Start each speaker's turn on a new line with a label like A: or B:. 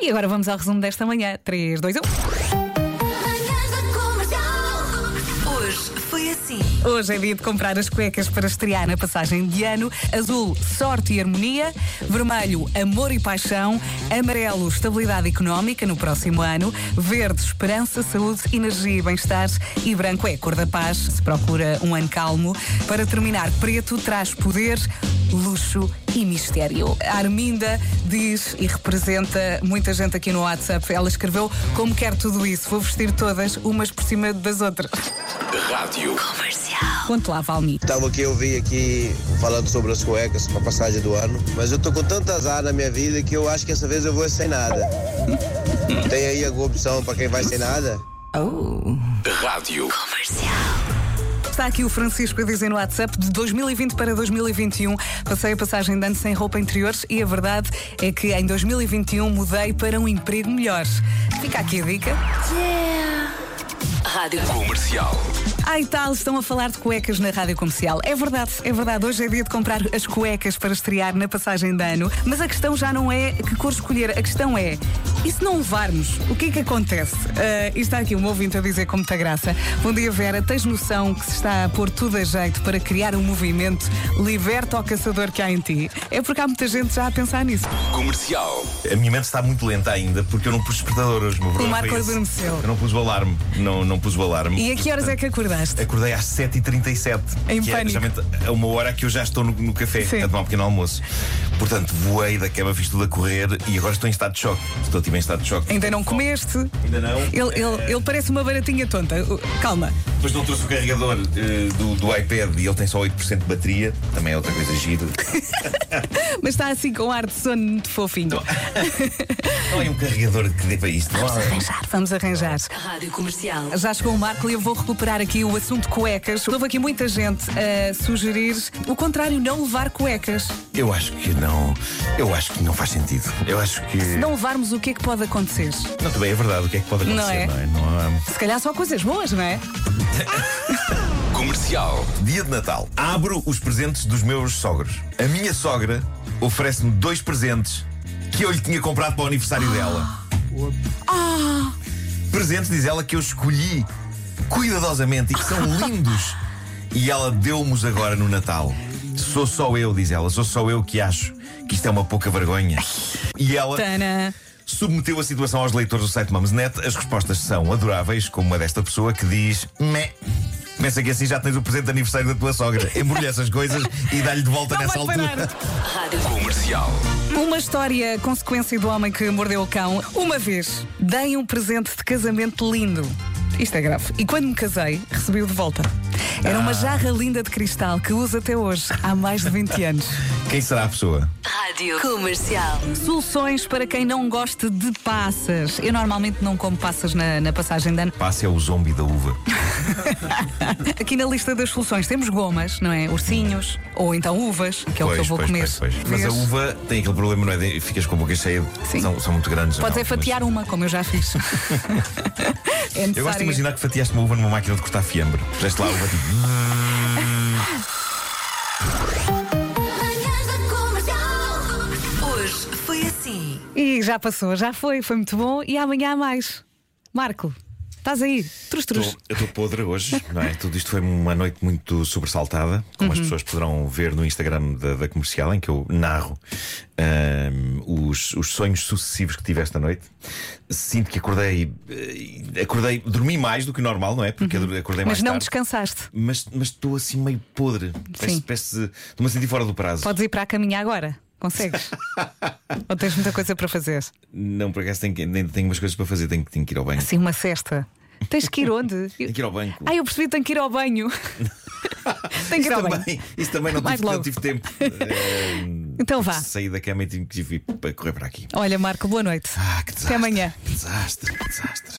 A: E agora vamos ao resumo desta manhã. um. 3, 2, 1.
B: Manhãs da Comercial. Hoje foi assim.
A: Hoje é dia de comprar as cuecas para estrear na passagem de ano. Azul, sorte e harmonia. Vermelho, amor e paixão. Amarelo, estabilidade económica no próximo ano. Verde, esperança, saúde, energia e bem-estar. E branco é a cor da paz, se procura um ano calmo. Para terminar, preto traz poder, luxo e mistério. A Arminda diz e representa muita gente aqui no WhatsApp. Ela escreveu como quer tudo isso. Vou vestir todas, umas por cima das outras.
C: Rádio.
A: Conte lá, Valmi.
D: Estava aqui, eu vi aqui falando sobre as cuecas para a passagem do ano, mas eu tô com tanto azar na minha vida que eu acho que essa vez eu vou sem nada. Tem aí alguma opção para quem vai sem nada?
C: Rádio.
A: Está aqui o Francisco a dizer no WhatsApp de 2020 para 2021 passei a passagem de ano sem roupa interiores e a verdade é que em 2021 mudei para um emprego melhor. Fica aqui a dica.
B: É.
C: Comercial.
A: Ai tal, estão a falar de cuecas na rádio comercial. É verdade, é verdade. Hoje é dia de comprar as cuecas para estrear na passagem de ano. Mas a questão já não é que cor escolher, a questão é. E se não levarmos, o que é que acontece? Ah, e está aqui um ouvinte a dizer com muita graça. Bom dia, Vera. Tens noção que se está a pôr tudo a jeito para criar um movimento liberta o caçador que há em ti? É porque há muita gente já a pensar nisso.
C: Comercial.
E: A minha mente está muito lenta ainda porque eu não pus despertador hoje, meu
A: O
E: problema
A: Marco
E: foi esse.
A: adormeceu.
E: Eu não pus o alarme. Não, não pus o alarme.
A: E a que horas é que acordaste?
E: Acordei às 7h37.
A: Em
E: que
A: pânico.
E: é justamente a uma hora que eu já estou no, no café
A: Sim.
E: a tomar um pequeno almoço. Portanto, voei da cama, fiz tudo a correr e agora estou em estado de choque. Estou tipo em estado de choque.
A: Ainda não comeste?
E: Ainda não. Eh,
A: Ele, ele, ele parece uma baratinha tonta. Uh, Calma.
E: Depois não trouxe o carregador eh, do, do iPad e ele tem só 8% de bateria. Também é outra coisa gira.
A: Mas está assim com ar de sono muito fofinho.
E: não é um carregador que dê para isto. Não há-
A: Vamos arranjar.
B: Rádio Comercial.
A: Já chegou o Marco e eu vou recuperar aqui o assunto cuecas. Houve aqui muita gente a sugerir o contrário, não levar cuecas.
E: Eu acho que não. Eu acho que não faz sentido. Eu acho que.
A: Se não levarmos, o que é que pode acontecer?
E: Não, também é verdade. O que é que pode
A: Não
E: acontecer,
A: é?
E: não é? Não há-
A: Se calhar só coisas boas, não é?
C: Comercial.
E: Dia de Natal. Abro os presentes dos meus sogros. A minha sogra oferece-me dois presentes que eu lhe tinha comprado para o aniversário dela.
A: Ah!
E: Presentes, diz ela, que eu escolhi cuidadosamente e que são lindos. E ela deu-mos agora no Natal. Sou só eu, diz ela, sou só eu que acho que isto é uma pouca vergonha. E ela
A: Tana.
E: submeteu a situação aos leitores do site Mamesnet. As respostas são adoráveis, como uma desta pessoa que diz: Mé. Pensa que assim já tens o presente de aniversário da tua sogra. Embrulha essas coisas e dá-lhe de volta
A: Não
E: nessa
A: vai
E: altura.
A: parar.
C: Comercial.
A: Tá Uma história consequência do homem que mordeu o cão. Uma vez, dei um presente de casamento lindo. Isto é grave. E quando me casei, recebi-o de volta. Era
E: Ah.
A: uma jarra linda de cristal que uso até hoje, há mais de 20 anos.
E: Quem será a pessoa?
B: Rádio Comercial.
A: Soluções para quem não gosta de passas. Eu normalmente não como passas na, na passagem de ano.
E: Passa é o zombi da uva.
A: Aqui na lista das soluções temos gomas, não é? Ursinhos, ou então uvas, que é o que eu vou comer.
E: Mas a
A: Vês?
E: uva tem aquele problema, não é? De- Ficas com a boca cheia. de-
A: Sim.
E: São, são muito grandes.
A: Podes
E: não,
A: é fatiar
E: mas-
A: uma, como eu já fiz. é
E: Eu gosto de
A: necessário.
E: imaginar que fatiaste uma uva numa máquina de cortar fiambre. Puseste lá a uva tipo.
B: Manhãs da Comercial. Hoje foi assim.
A: E já passou, já foi, foi muito bom. E amanhã há mais. Marco, estás aí? Trus,
E: Tô-
A: trus.
E: eu estou podre hoje, não é? Tudo isto foi uma noite muito sobressaltada, como
A: Uhum.
E: as pessoas poderão ver no Instagram da, da comercial, em que eu narro ahm, os, os sonhos sucessivos que tive esta noite. Sinto que acordei, eh, acordei, dormi mais do que o normal, não é? Porque eu acordei
A: Uhum. Mas
E: mais
A: não
E: tarde.
A: descansaste.
E: Mas mas estou assim meio podre.
A: Sim.
E: Parece, parece, estou-me a sentir fora do prazo.
A: Podes ir para a caminha agora. Consegues? ou tens muita coisa para fazer?
E: Não, por acaso tenho, que- ainda tenho umas coisas para fazer, tenho, que- tenho que ir ao banho.
A: Assim, uma cesta. Tens que ir onde?
E: Tenho que ir ao banco.
A: Ah, eu percebi, tenho que ir ao banho. tenho que ir
E: isso,
A: ao banho.
E: também, isso também não
A: Mais
E: tive, não
A: logo.
E: tive tempo. Ahm,
A: Então vá.
E: Saí da cama e tive que ir para correr para aqui.
A: Olha, Marco, boa noite.
E: Ah, que desastre.
A: amanhã.
E: Que desastre, que desastre.